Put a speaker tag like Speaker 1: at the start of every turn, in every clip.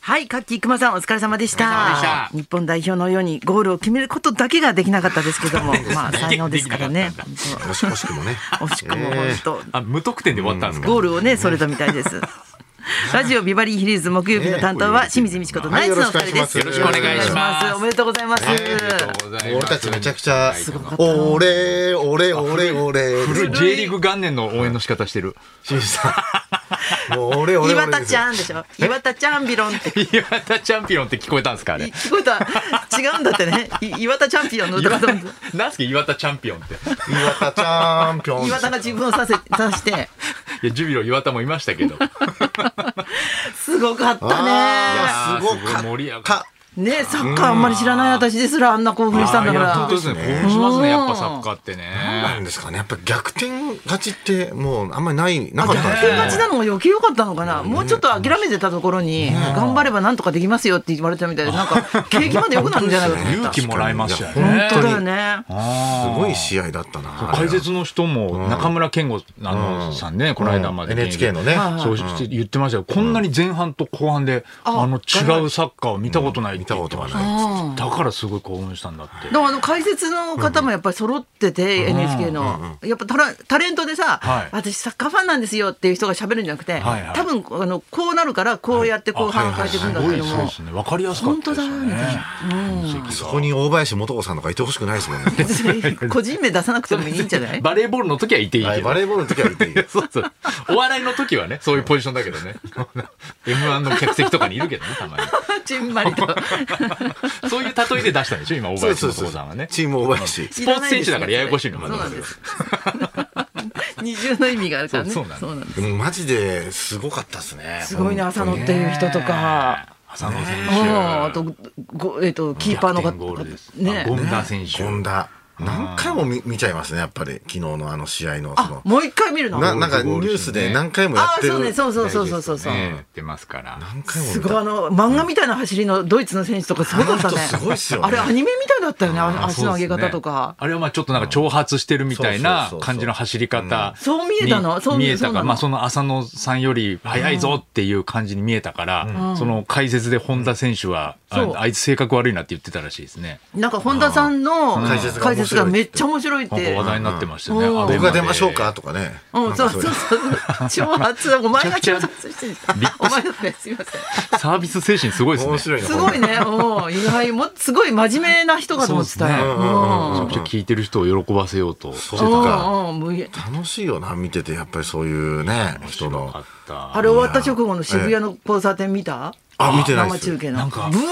Speaker 1: はい、カッキー熊さんお疲れ様でした
Speaker 2: お疲れ様でした
Speaker 1: 日本代表のようにゴールを決めることだけができなかったですけども、まあ才能ですからね。
Speaker 3: 惜し惜しくもね。
Speaker 1: 本当惜しくも本当、
Speaker 2: あ無得点で終わったんですか、
Speaker 1: ゴールをねそれたみたいです。ラジオビバリーヒルズ木曜日の担当は清水美智子とナイツのお二人です。
Speaker 3: はいよろしくお願いします
Speaker 2: よろしくお願いします
Speaker 1: おめでとうございます。
Speaker 3: もう俺たちめちゃくちゃ
Speaker 2: すごかっ、
Speaker 1: た
Speaker 3: 俺、俺、俺、俺、
Speaker 2: 古い J リーグ元年の応援の仕方してる。
Speaker 3: 清水さん。もう俺、俺、
Speaker 1: 岩
Speaker 3: 俺。
Speaker 1: 田ちゃんでしょ。岩田ちゃんビロンって。
Speaker 2: 岩田チャンピオンって聞こえたんですかあれ。
Speaker 1: 聞こえた違うんだってね。い岩田チャンピオンの歌
Speaker 2: 岩
Speaker 1: だと
Speaker 2: 田
Speaker 1: 思う、
Speaker 2: なんすか岩田チャンピオンって。
Speaker 3: 岩田ちゃんぴょん。
Speaker 1: 岩田が自分をさせ、さして、
Speaker 2: いや、ジュビロ岩田もいましたけど。
Speaker 1: すごかったね。
Speaker 3: あーすご
Speaker 2: いやーすごい盛り上が
Speaker 3: か
Speaker 2: っ
Speaker 3: った。
Speaker 1: ねサッカーあんまり知らない私ですらあんな興奮したんだか
Speaker 2: あーいや本当
Speaker 1: ら
Speaker 2: で。すね。興奮しますね、やっぱサッカーって
Speaker 3: な
Speaker 2: ね。
Speaker 3: んですかね。やっぱ逆転勝ちって、もうあんまりない、なかったんです
Speaker 1: 逆
Speaker 3: よ
Speaker 1: 転勝ちなのが余計良かったのかな、もうちょっと諦めてたところに、頑張ればなんとかできますよって言われたみたいで、なんか、景気まで良くなるんじ ゃないかと思った。
Speaker 2: 勇気もらいましたよ
Speaker 3: い
Speaker 2: ね
Speaker 3: や。
Speaker 1: 本当だよね。
Speaker 3: すごい試合だったな。
Speaker 2: 解説の人も中村健吾あのさんね、この間まで現役
Speaker 3: NHK のね。
Speaker 2: そう言ってましたよ、こんなに前半と後半で、
Speaker 1: あ
Speaker 2: あの違うサッカーを見たことない、見た
Speaker 3: ことがない
Speaker 2: いだからすごい興奮したんだって
Speaker 1: でもあの解説の方もやっぱり揃ってて、NHK の、やっぱタラタレントでさ、
Speaker 2: はい
Speaker 1: 私サッカーファンなんですよっていう人が喋るんじゃなくて、
Speaker 2: はいはい
Speaker 1: 多分あのこうなるからこうやって後半を変えていくんだ
Speaker 2: す
Speaker 1: け
Speaker 2: ご
Speaker 1: ど
Speaker 2: い
Speaker 1: も、
Speaker 2: そ うですね分かりやすかったですよね
Speaker 3: そこに大林素子さんとかいてほしくないですもんね。
Speaker 1: 個人名出さなくてもいいんじゃ ない
Speaker 2: バレーボールの時はいていい
Speaker 3: は
Speaker 2: け
Speaker 3: い
Speaker 2: ど
Speaker 3: バレーボールの時はいていい。
Speaker 2: そうそうお笑いの時はねそういうポジションだけどね m 1の客席とかにいるけどねたまに
Speaker 1: ちんまりと。
Speaker 2: そういう例えで出したんでしょ今大
Speaker 3: そう
Speaker 2: 林
Speaker 3: そう
Speaker 2: のと
Speaker 3: そう
Speaker 2: こさんはね
Speaker 3: チーム大林。
Speaker 2: スポーツ選手だからややこしいのまだ
Speaker 1: そうなんです。二重の意味があるからね。
Speaker 2: そうそ
Speaker 1: な
Speaker 2: う
Speaker 1: んです。
Speaker 3: でもマジですごかったですね。
Speaker 1: すごいね、朝野っていう人とか。
Speaker 2: 浅野選
Speaker 1: う
Speaker 2: 手
Speaker 1: ん、あと、ごえっと、キーパーの方
Speaker 2: 逆転ゴールです
Speaker 1: ね
Speaker 2: あゴ。権田選手
Speaker 3: 権田何回も見見ちゃいますねやっぱり昨日のあの試合のそ
Speaker 1: あ
Speaker 3: の、
Speaker 1: もう一回見るの
Speaker 3: な
Speaker 1: あ
Speaker 3: なんかニュースで何回もやってる
Speaker 1: そうね、そうそうそうそうそう。
Speaker 2: ねやってますから
Speaker 3: 何回も
Speaker 1: す
Speaker 3: 見
Speaker 1: ごい、あ
Speaker 3: た
Speaker 1: の、漫画みたいな走りのドイツの選手とかすごかったね。
Speaker 3: あの人すごいっすよね
Speaker 1: あれ、アニメみたいだったよね、あ
Speaker 2: あ
Speaker 1: 足の上げ
Speaker 2: そうで
Speaker 1: 方
Speaker 2: すね
Speaker 1: とか。
Speaker 2: あれはまあちょっとなんか挑発してるみたいな
Speaker 3: そうそうそうそう
Speaker 2: 感じの走り方に。
Speaker 1: そう見えたのそう
Speaker 2: 見えた
Speaker 1: そうな
Speaker 2: か
Speaker 1: の
Speaker 2: まあその浅野さんより速いぞっていう感じに見えたから、その解説で本田選手は、
Speaker 1: そう
Speaker 2: ああいつ性格悪いなって言ってたらしいですね。
Speaker 1: なんか、本田さんの
Speaker 3: ん解説が
Speaker 1: 解
Speaker 3: 面白い
Speaker 1: 説がめっちゃ面白いっ
Speaker 2: なんか
Speaker 1: て
Speaker 2: 話。題になってましたよね。
Speaker 1: うん
Speaker 2: アベマで
Speaker 3: 僕が出ましょうか。とかね
Speaker 1: うん、そう そうそう。挑発、お前が
Speaker 2: めち
Speaker 1: 挑
Speaker 2: ゃくちゃ
Speaker 1: 発してるじゃん。お前だって、すいません。
Speaker 2: サービス精神すごいですね。
Speaker 3: 面白いね
Speaker 1: すごいね、うん意外もすごい真面目な人かと思ってた
Speaker 2: そう
Speaker 1: よ。
Speaker 2: ですね
Speaker 1: うん
Speaker 2: めちゃくちゃ聞いてる人を喜ばせようと。
Speaker 3: そう
Speaker 1: うん
Speaker 3: か
Speaker 1: うん無限
Speaker 3: 楽しいよな見ててやっぱりそういうね人
Speaker 2: よか
Speaker 3: の
Speaker 2: った。
Speaker 1: あれ終わった直後の渋谷の交差点見た？
Speaker 3: あ見てない
Speaker 1: 生
Speaker 3: です
Speaker 1: 中継の。
Speaker 2: なん
Speaker 1: ブ
Speaker 2: か
Speaker 1: ワーっつっ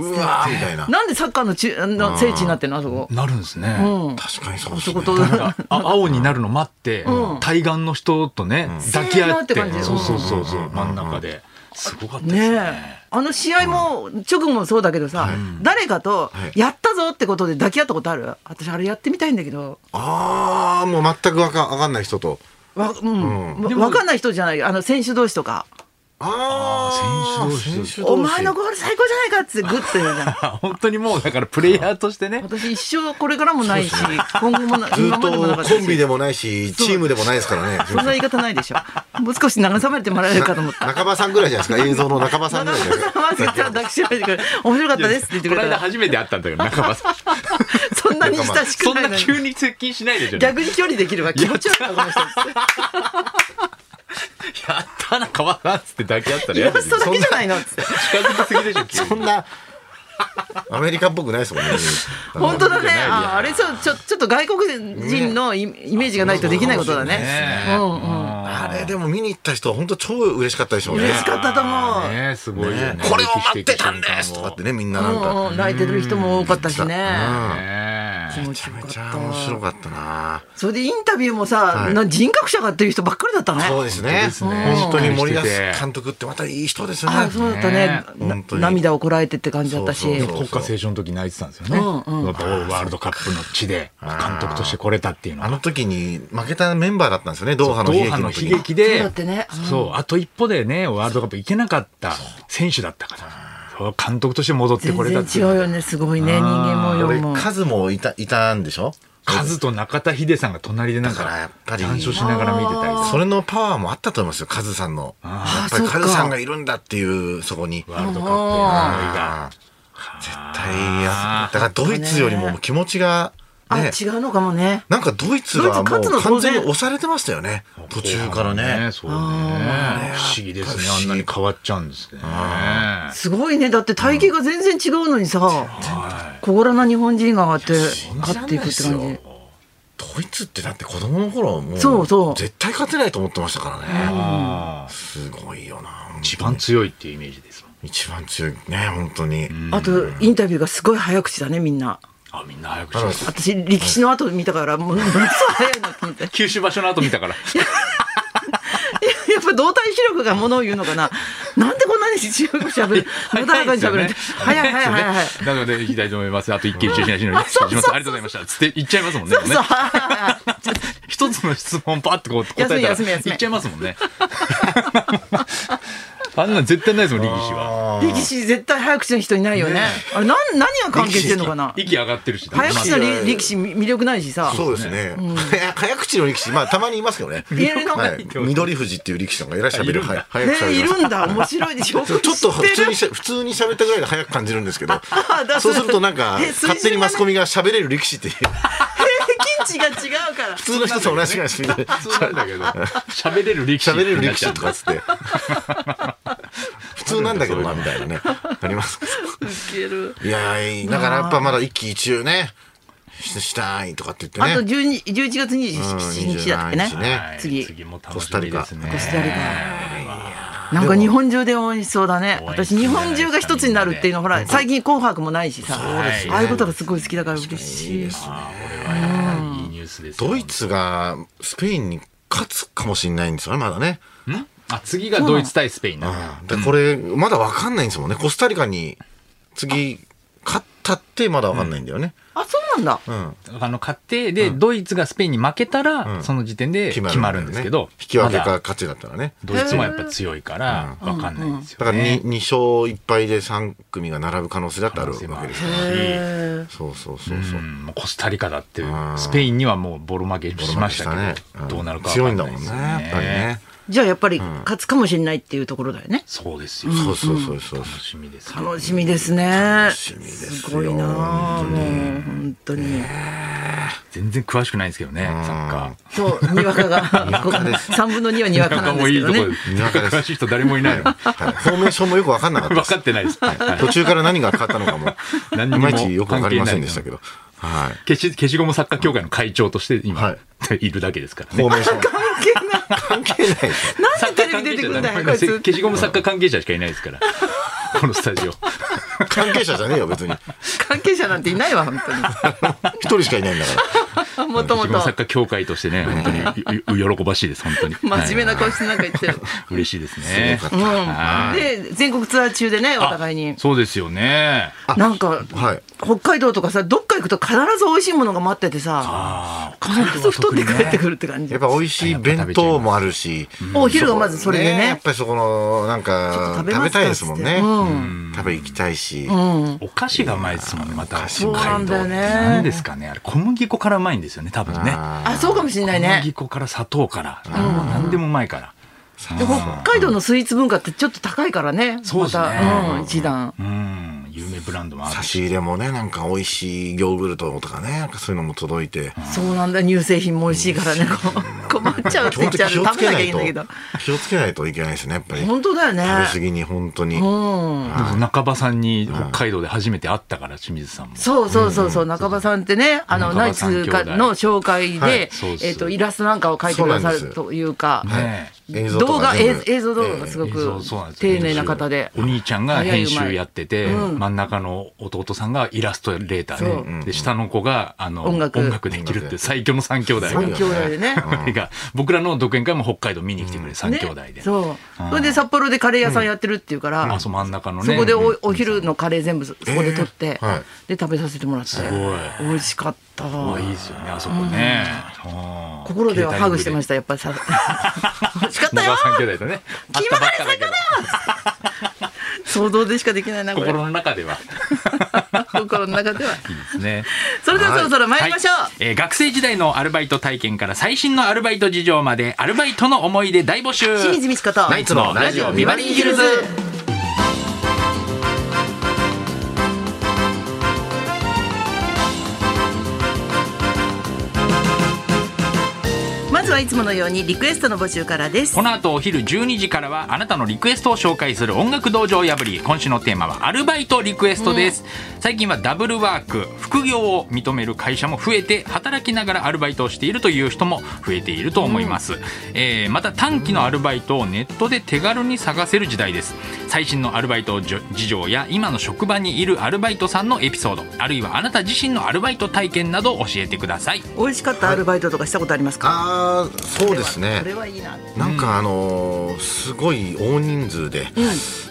Speaker 3: うわーみたいな
Speaker 1: て。なんでサッカーの中あの聖地になってんのあそこ？
Speaker 2: なるんですね。
Speaker 1: うん。
Speaker 3: 確かにそう
Speaker 1: あ
Speaker 3: です
Speaker 1: そこ
Speaker 3: ね
Speaker 1: と
Speaker 2: なんかあ青になるの待って、
Speaker 1: うん
Speaker 2: 対岸の人とね、抱き合って
Speaker 1: せーのって感じ
Speaker 2: そうそうそうそう、真ん中ですごかったですね
Speaker 1: ねえ。あの試合も直後もそうだけどさ、誰かと
Speaker 3: はい
Speaker 1: やったぞってことで抱き合ったことある？私あれやってみたいんだけど。
Speaker 3: ああもう全くわかわかんない人と
Speaker 1: わうん、わわかんない人じゃないあの選手同士とか
Speaker 3: あ
Speaker 2: あ
Speaker 3: あ
Speaker 2: ー選手同士
Speaker 1: お前のゴール最高じゃないかっつってグッと言うじゃん
Speaker 2: 本当にもうだからプレイヤーとしてね
Speaker 1: 私一生これからもないし今後もな
Speaker 3: ずっ
Speaker 1: 今までもなか
Speaker 3: と
Speaker 1: ったし
Speaker 3: コンビでもないしチームでもないですからね
Speaker 1: そんな言い方ないでしょ。もう少し慰めてもらえるかと思った。
Speaker 3: 中場さんぐらいじゃないですか映像の中場さんぐらいじゃないですか
Speaker 1: マスクさん抱きしめてくれ面白かったですって言って
Speaker 2: こ
Speaker 1: く
Speaker 2: の
Speaker 1: れ
Speaker 2: 間
Speaker 1: た。
Speaker 2: 初めて会ったんだけど中間さん
Speaker 1: そんなに親しく
Speaker 2: そん
Speaker 1: ない
Speaker 2: な
Speaker 1: のに。
Speaker 2: 急に接近しないでしょや
Speaker 1: 逆に距離できるわ気持ち悪いなこの人。
Speaker 2: った中間さんっつって抱き合ったら
Speaker 1: イ
Speaker 2: や
Speaker 1: ラ
Speaker 2: だ
Speaker 1: ストだけじゃないのっつって。
Speaker 2: 近づきすぎでしょ急に
Speaker 3: そんなアメリカっぽくないですもんね
Speaker 1: 本当だね。
Speaker 2: いや
Speaker 1: ああれそうちょちょっと外国人のイイメージがないとできないことだね。
Speaker 2: ね
Speaker 1: う
Speaker 2: え
Speaker 1: んうん。
Speaker 3: あれでも見に行った人は本当超嬉しかったでしょうね。
Speaker 1: 嬉しかったと思う。
Speaker 2: ねえすごいよね
Speaker 3: これを待ってたんですとかってねみんななんか。
Speaker 1: うんうん泣いてる人も多かったしね。
Speaker 3: うん
Speaker 2: ね
Speaker 1: 気
Speaker 2: え
Speaker 1: 持
Speaker 3: め
Speaker 1: ち
Speaker 3: ちゃ
Speaker 1: よ
Speaker 3: め
Speaker 1: かっ
Speaker 3: ちゃ面白
Speaker 1: た。
Speaker 3: かったな。
Speaker 1: それでインタビューもさ、
Speaker 3: い
Speaker 1: な人格者がっていう人ばっかりだったね。
Speaker 3: そうですね。
Speaker 2: 本当ですね
Speaker 3: 本当に森
Speaker 2: し
Speaker 3: 保
Speaker 2: っかりしてて
Speaker 3: 監督ってまたいい人ですね。
Speaker 1: あそうだったね
Speaker 2: ね
Speaker 1: な
Speaker 3: 本当に
Speaker 1: 涙をこらえてって感じだったし
Speaker 3: そうそうそう
Speaker 2: 国歌斉唱の時泣いてたんですよね、
Speaker 1: うんうん
Speaker 2: やっぱワールドカップの地で監督として来れたっていうの
Speaker 3: あ
Speaker 2: は
Speaker 3: の時に負けたメンバーだったんですよね。ドーハ
Speaker 2: ド
Speaker 3: の
Speaker 2: ー
Speaker 3: 悲
Speaker 2: ハ
Speaker 3: 劇
Speaker 2: の
Speaker 3: の
Speaker 2: 悲
Speaker 3: 時
Speaker 2: 劇で
Speaker 1: そうだってねうん
Speaker 2: そうあと一歩でねワールドカップ行けなかった選手だったからそう監督として戻ってこれ
Speaker 1: 全
Speaker 2: たってい
Speaker 1: 然違う
Speaker 2: う
Speaker 1: よねすごいね人間模
Speaker 3: 俺
Speaker 1: 様も
Speaker 3: カズもいたいたんでしょ。
Speaker 2: カズと中田秀さんが隣でなん
Speaker 3: だからや
Speaker 2: か
Speaker 3: っぱり
Speaker 2: 談笑しながら見てたり
Speaker 1: あ
Speaker 2: さ
Speaker 3: それのパワーもあったと思いますよ、カズさんの。や
Speaker 2: あ
Speaker 1: あ
Speaker 3: っぱり
Speaker 1: そっか
Speaker 3: カズさんがいるんだっていう、そこに。
Speaker 2: ワールドカップへの思いが
Speaker 3: あー絶対や、だからドイツよりももう気持ちが、
Speaker 1: あ、
Speaker 3: ね、
Speaker 1: 違うのかもね。
Speaker 3: なんかドイツがも
Speaker 1: ドイ
Speaker 3: う
Speaker 1: ツ勝つの当然
Speaker 3: 完全に押されてましたよね、途中からね。
Speaker 2: そうね
Speaker 1: あ
Speaker 2: 不思議ですね
Speaker 3: やっぱ不思
Speaker 2: あ
Speaker 3: 議
Speaker 2: んなに変わっちゃうんですね
Speaker 1: すごいね。だって体型が全然違うのにさ、小柄な日本人が上がって、勝っていくって感
Speaker 3: 信じられない
Speaker 1: じ
Speaker 3: で。ドイツってだって子供の頃もう
Speaker 1: そうそう
Speaker 3: 絶対勝てないと思ってましたからね。
Speaker 2: あー
Speaker 3: すごいよな。
Speaker 2: 一番強いっていうイメージですもん
Speaker 3: 一番強いね、本当に。
Speaker 1: あと、インタビューがすごい早口だね、みんな。
Speaker 2: あみんな早く
Speaker 3: だから
Speaker 2: して
Speaker 1: 私、歴史の後見たから、もう、めっちゃ早いなと思って。や
Speaker 2: 九州場所の後見たから
Speaker 1: っぱ動体視力がものを言うのかな。なんでこんなに強く喋る。穏やかに喋るっ て。早い早い早い早い。
Speaker 2: なので、行きたいと思います。あと一件中止なしのに、
Speaker 1: そうそうそう
Speaker 2: します。ありがとうございました。つって言っちゃいますもんね。
Speaker 1: そうそう。
Speaker 2: もうね
Speaker 1: はいはいはい
Speaker 2: 一つの質問パッとこう答えたら、
Speaker 1: 休め休め休め
Speaker 2: 言っちゃいますもんね。あんなん絶対ないですもん、力士は。
Speaker 1: 力士絶対早口の人いないよね。あれ、なん、何が関係してんのかな。
Speaker 2: 息上がってるし。
Speaker 1: 早口の
Speaker 2: ま
Speaker 1: 力力士魅力ないしさ。
Speaker 3: そうですね。 早口の力士、まあたまにいますけどね。
Speaker 1: いるの
Speaker 3: は
Speaker 1: か
Speaker 3: い、緑富士っていう力士さんがいらっしゃべる。
Speaker 2: あいるんだ
Speaker 3: はい早く喋
Speaker 1: ね、い
Speaker 3: ります。
Speaker 1: るんだ。面白いでしょ。
Speaker 3: ちょっと
Speaker 1: 知って
Speaker 3: 普
Speaker 1: る
Speaker 3: 通にしゃ普通に喋ったぐらいで早く感じるんですけど
Speaker 1: だから、
Speaker 3: そうするとなんか
Speaker 1: え水準がね
Speaker 3: 勝手にマスコミが喋れる力士っていう
Speaker 1: 平均値 が違うから。
Speaker 3: 普通の人と同じぐらい で
Speaker 2: あ普通なんだけど、喋れる力士。
Speaker 3: 喋れる力士とか。っつって。 普通なんだけどなみたいなね。あります。
Speaker 1: 受ける。
Speaker 3: いやーだからやっぱまだ一喜一憂ねししたいとかって言ってね。
Speaker 1: あと12 11月27日だっけね
Speaker 3: うん27日ね
Speaker 2: はい
Speaker 1: 次
Speaker 2: 次も楽しみですね。
Speaker 1: コスタリカなんか日本中で応援しそうだね
Speaker 2: 応援
Speaker 1: 私日本中が一つになるっていうのほら最近「紅白」もないしさ
Speaker 2: そうですね
Speaker 1: ああいうことがすごい好きだから嬉
Speaker 3: いい
Speaker 1: しい
Speaker 3: ですね
Speaker 2: あーこれはいいニュースですよ。
Speaker 3: ドイツがスペインに勝つかもしれないんですよねまだね。
Speaker 2: んあ、次がドイツ対スペインなんだ。
Speaker 3: でこれまだわかんないんですもんねコスタリカに次勝ったってまだわかんないんだよね。
Speaker 1: あそうなんだ
Speaker 3: うん。
Speaker 2: あの勝ってで、ドイツがスペインに負けたら、
Speaker 3: うん
Speaker 2: その時点で決
Speaker 3: だよね
Speaker 2: まるんですけど、
Speaker 3: 引き分けか
Speaker 2: まだ
Speaker 3: 勝ちだったらね。
Speaker 2: ドイツもやっぱ強いから分かんないんですよ、
Speaker 3: だから
Speaker 2: ね
Speaker 3: 2, 勝1敗で3組が並ぶ可能性だってあるわけですよ。
Speaker 1: へえ
Speaker 3: そうそうそうそうう。
Speaker 2: んもうコスタリカだって
Speaker 3: ん
Speaker 2: スペインにはもうボロ負けしましたけど
Speaker 3: うん
Speaker 2: どうなるか分
Speaker 3: 強
Speaker 2: か
Speaker 3: いん
Speaker 2: ん
Speaker 3: だ
Speaker 2: ない
Speaker 3: もん
Speaker 2: で
Speaker 3: ね
Speaker 2: すよ
Speaker 3: やっぱりね。
Speaker 1: じゃあやっぱり勝つかもしれないっていうところだよね
Speaker 2: そうですよ、
Speaker 3: そうそうそうそう。
Speaker 2: 楽しみですよ
Speaker 1: 楽しみですね
Speaker 3: しみですよ
Speaker 1: すごいなあもう本当に
Speaker 2: 全然詳しくないんですけどねサッカー
Speaker 1: そうにわかが3分の2はにわかなんですけど
Speaker 2: なんかもう
Speaker 1: ね
Speaker 2: いいとこ
Speaker 3: にわかで
Speaker 2: です
Speaker 3: す
Speaker 2: 詳しい人誰もいないの
Speaker 3: はいフォーメーションもよく分かんなかった
Speaker 2: 分
Speaker 3: で す
Speaker 2: かってないです、はいはい
Speaker 3: 途中から何が変わったの かも
Speaker 2: 何に
Speaker 3: い
Speaker 2: も
Speaker 3: まいちよく分かりませんでしたけど、はい、
Speaker 2: 消し消しゴムサッカー協会の会長として今、、
Speaker 3: はい
Speaker 2: るだけですからね
Speaker 3: フォーメーション関係ない
Speaker 1: なんでテレビ出てくんだよこいつ
Speaker 2: 消しゴム作家関係者しかいないですから。このスタジオ。
Speaker 3: 関係者じゃねえよ別に
Speaker 1: 関係者なんていないわ本
Speaker 3: 一人しかいないんだから
Speaker 1: 当にもとも
Speaker 2: 消しゴム
Speaker 1: と
Speaker 2: 作家協会としてね、本当にうう喜ばしいです、本当に。
Speaker 1: 真面目な
Speaker 2: は
Speaker 1: 顔してなんか言ってる。
Speaker 2: い嬉しいですね。
Speaker 3: すご
Speaker 1: う
Speaker 3: かっ
Speaker 2: は
Speaker 1: ん、
Speaker 2: い
Speaker 1: で全国ツアー中でねお
Speaker 2: あ
Speaker 1: 互いに
Speaker 2: そうですよね。
Speaker 1: なんか
Speaker 3: たはい
Speaker 1: 北海道とかさどっか行くと必ず美味しいものが待っててさ
Speaker 2: あ
Speaker 1: 必ず太って帰ってくるって感じ、
Speaker 3: やっぱ美味しい弁当もあるし
Speaker 1: お昼がまずそれでね
Speaker 3: やっぱりそこのなんか食べ
Speaker 1: ますか
Speaker 3: たいですもんね、
Speaker 1: うん
Speaker 3: 食べ行きたいし、
Speaker 1: うん、
Speaker 2: お菓子がうまいですもんね、また。
Speaker 3: 菓子
Speaker 1: もそうなんだよね
Speaker 2: 何ですかね。あれ、小麦粉からうまいんですよね、多分ね。
Speaker 3: あ
Speaker 1: あそうかもしれない
Speaker 2: 小
Speaker 1: ね
Speaker 2: 麦粉から砂糖から。何でもうまいから。
Speaker 1: で北海道のスイーツ文化ってちょっと高いからね
Speaker 2: そうですね
Speaker 1: また、うん、一段
Speaker 2: うん。有名ブランドもある
Speaker 3: 差
Speaker 2: し。
Speaker 3: し入れもねなんか美味しいヨーグルトとかねなんかそういうのも届いて、
Speaker 1: そうなんだ乳製品も美味しいからねこう 困っちゃうって
Speaker 3: 基
Speaker 1: 言
Speaker 3: 本
Speaker 1: っちゃ
Speaker 3: 的
Speaker 1: う
Speaker 3: に気を
Speaker 1: 食
Speaker 3: つ
Speaker 1: べ
Speaker 3: け
Speaker 1: なき
Speaker 3: な
Speaker 1: ゃい
Speaker 3: い
Speaker 1: い
Speaker 3: と
Speaker 1: んだけど
Speaker 3: 気をつけないといけないですねやっぱり食
Speaker 1: 本当だよね
Speaker 3: べ過ぎに本当に、
Speaker 1: うん
Speaker 2: でも中場さんに北海道で初めて会ったから、清水さんも。
Speaker 1: そうそうそうそう、中場さんってね、あの、ナ
Speaker 2: 中
Speaker 1: イ
Speaker 2: 場さん
Speaker 1: ツ
Speaker 2: 兄弟
Speaker 1: の紹介で、
Speaker 3: はい
Speaker 2: そうそう
Speaker 1: えっ、と、イラストなんかを描いてくださ
Speaker 3: そうなんで
Speaker 1: る
Speaker 3: す
Speaker 1: というか、
Speaker 2: ねえ
Speaker 3: 映像とか
Speaker 1: 動画
Speaker 3: 全
Speaker 1: 映
Speaker 3: 部、
Speaker 1: 映像動画がすご
Speaker 2: 映
Speaker 1: く
Speaker 2: 像そうなんですよ
Speaker 1: 丁寧な方で。
Speaker 2: お兄ちゃんが編集やってて、
Speaker 1: 早いうまいうん
Speaker 2: 真ん中の弟さんがイラストレーターで、
Speaker 1: そう
Speaker 2: で下の子があの
Speaker 1: 音
Speaker 2: 音
Speaker 1: 楽
Speaker 2: 楽できるって最強の三兄弟が
Speaker 1: 三兄弟でね。
Speaker 2: これ が僕らの独演会も北海道見に来てくれる三兄弟で、
Speaker 1: ねそう。それで札幌でカレー屋さんやってるっていうから、
Speaker 2: あそう真ん中のね
Speaker 1: そこで
Speaker 2: うん
Speaker 1: おお昼のカレー全部そこで取って、
Speaker 3: えーはい
Speaker 1: で食べさせてもらって。
Speaker 2: ご
Speaker 1: 美味しかった。
Speaker 2: うわいいですよねあそこね、うん
Speaker 1: 心ではハグしてました、やっぱりさ。美味しかった
Speaker 2: 中
Speaker 1: よ
Speaker 2: 場三兄弟とね
Speaker 1: 決まり最高だよ想像でしかできないなこれ
Speaker 2: 心の中では。
Speaker 1: 心の中ではい
Speaker 2: いですね。
Speaker 1: それではそろそろ参りましょう、
Speaker 2: はいえー学生時代のアルバイト体験から最新のアルバイト事情までアルバイトの思い出大募集
Speaker 1: 清水美智子と
Speaker 3: ナイツのラジオビバリーヒルズ。
Speaker 1: まずはいつものようにリクエストの募集からです
Speaker 2: この後お昼12時からはあなたのリクエストを紹介する音楽道場破り今週のテーマはアルバイトリクエストです、最近はダブルワーク副業を認める会社も増えて働きながらアルバイトをしているという人も増えていると思います、えーまた短期のアルバイトをネットで手軽に探せる時代です最新のアルバイトじょ事情や今の職場にいるアルバイトさんのエピソードあるいはあなた自身のアルバイト体験など教えてください
Speaker 1: 美味しかったアルバイトとかしたことありますか、
Speaker 3: ああそうですね
Speaker 1: これはいいなって
Speaker 3: なんかあのーすごい大人数で、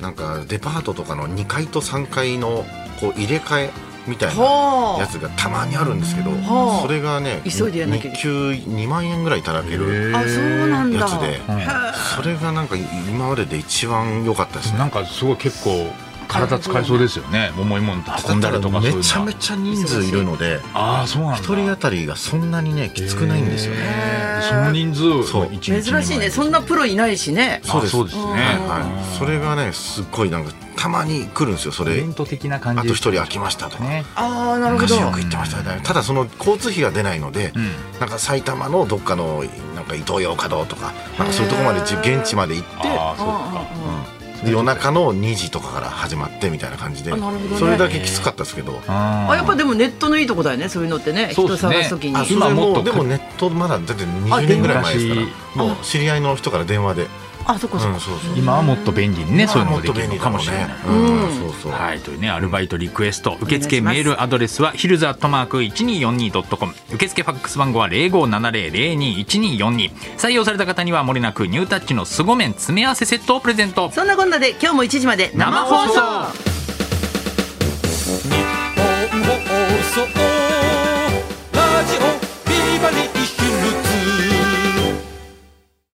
Speaker 3: なんかデパートとかの2階と3階のこう入れ替えみたいな
Speaker 1: ほう
Speaker 3: やつがたまにあるんですけど、
Speaker 1: ほう
Speaker 3: それがね
Speaker 1: 急いでやんなきゃいけない
Speaker 3: 日給2万円ぐらいいただける
Speaker 1: あそうなんだ
Speaker 3: やつで、
Speaker 1: はあ
Speaker 3: それがなんか今までで一番良かったですね
Speaker 2: なんかすごい結構体使いそうですよね重いもの運んだりとかそういうの
Speaker 3: めちゃめちゃ人数いるので
Speaker 2: ああそうなんだ
Speaker 3: 一人当たりがそんなにねきつくないんですよね、
Speaker 2: へーその人数
Speaker 3: そう
Speaker 2: 一日に
Speaker 1: 珍しいねそんなプロいないしね
Speaker 2: そうです
Speaker 3: あ
Speaker 2: そうう
Speaker 3: そで
Speaker 2: ですすね
Speaker 3: はいはい、それがねすっごいなんかたまに来るんですよそ
Speaker 2: イ
Speaker 3: れ
Speaker 2: ベント的な感
Speaker 3: あ
Speaker 2: じ
Speaker 3: と一人空きましたとか、
Speaker 2: ね
Speaker 1: ああなるほど
Speaker 3: 昔よく行ってましたねただその交通費が出ないので、なんか埼玉のどっかのなんか伊東洋華堂とかなんかそういうとこまでじ現地まで行っ
Speaker 2: ああそうか
Speaker 3: て夜中の2時とかから始まってみたいな感じで、
Speaker 1: あなるほどね
Speaker 3: それだけきつかったですけど
Speaker 2: あ
Speaker 1: あやっぱでもネットのいいとこだよねそういうのってね
Speaker 2: そう
Speaker 1: 人
Speaker 2: ですね
Speaker 1: 探す時に
Speaker 3: あ
Speaker 2: あ
Speaker 3: それ
Speaker 2: 今もっと
Speaker 3: うでもネットまだだって20年ぐらい前ですからもう知り合いの人から電話で、うん、
Speaker 1: あそっかそっか
Speaker 3: そうそう
Speaker 2: 今はもっと便利にねそういうのもできるのかもしれない
Speaker 3: まあもっと便利だもん
Speaker 1: うん
Speaker 3: ねうん、そうそう、
Speaker 2: はい、というね、アルバイトリクエスト、受
Speaker 1: お
Speaker 2: 付
Speaker 1: 願い
Speaker 2: メ
Speaker 1: します
Speaker 2: ールアドレスは、ヒルズアットマーク 1242.com、受付ファックス番号は0570-021242、採用された方にはもれなく、ニュータッチの凄麺詰め合わせセットをプレゼント。
Speaker 1: そんなこんなで今日も1時まで生放
Speaker 2: 生
Speaker 1: 送
Speaker 2: 放送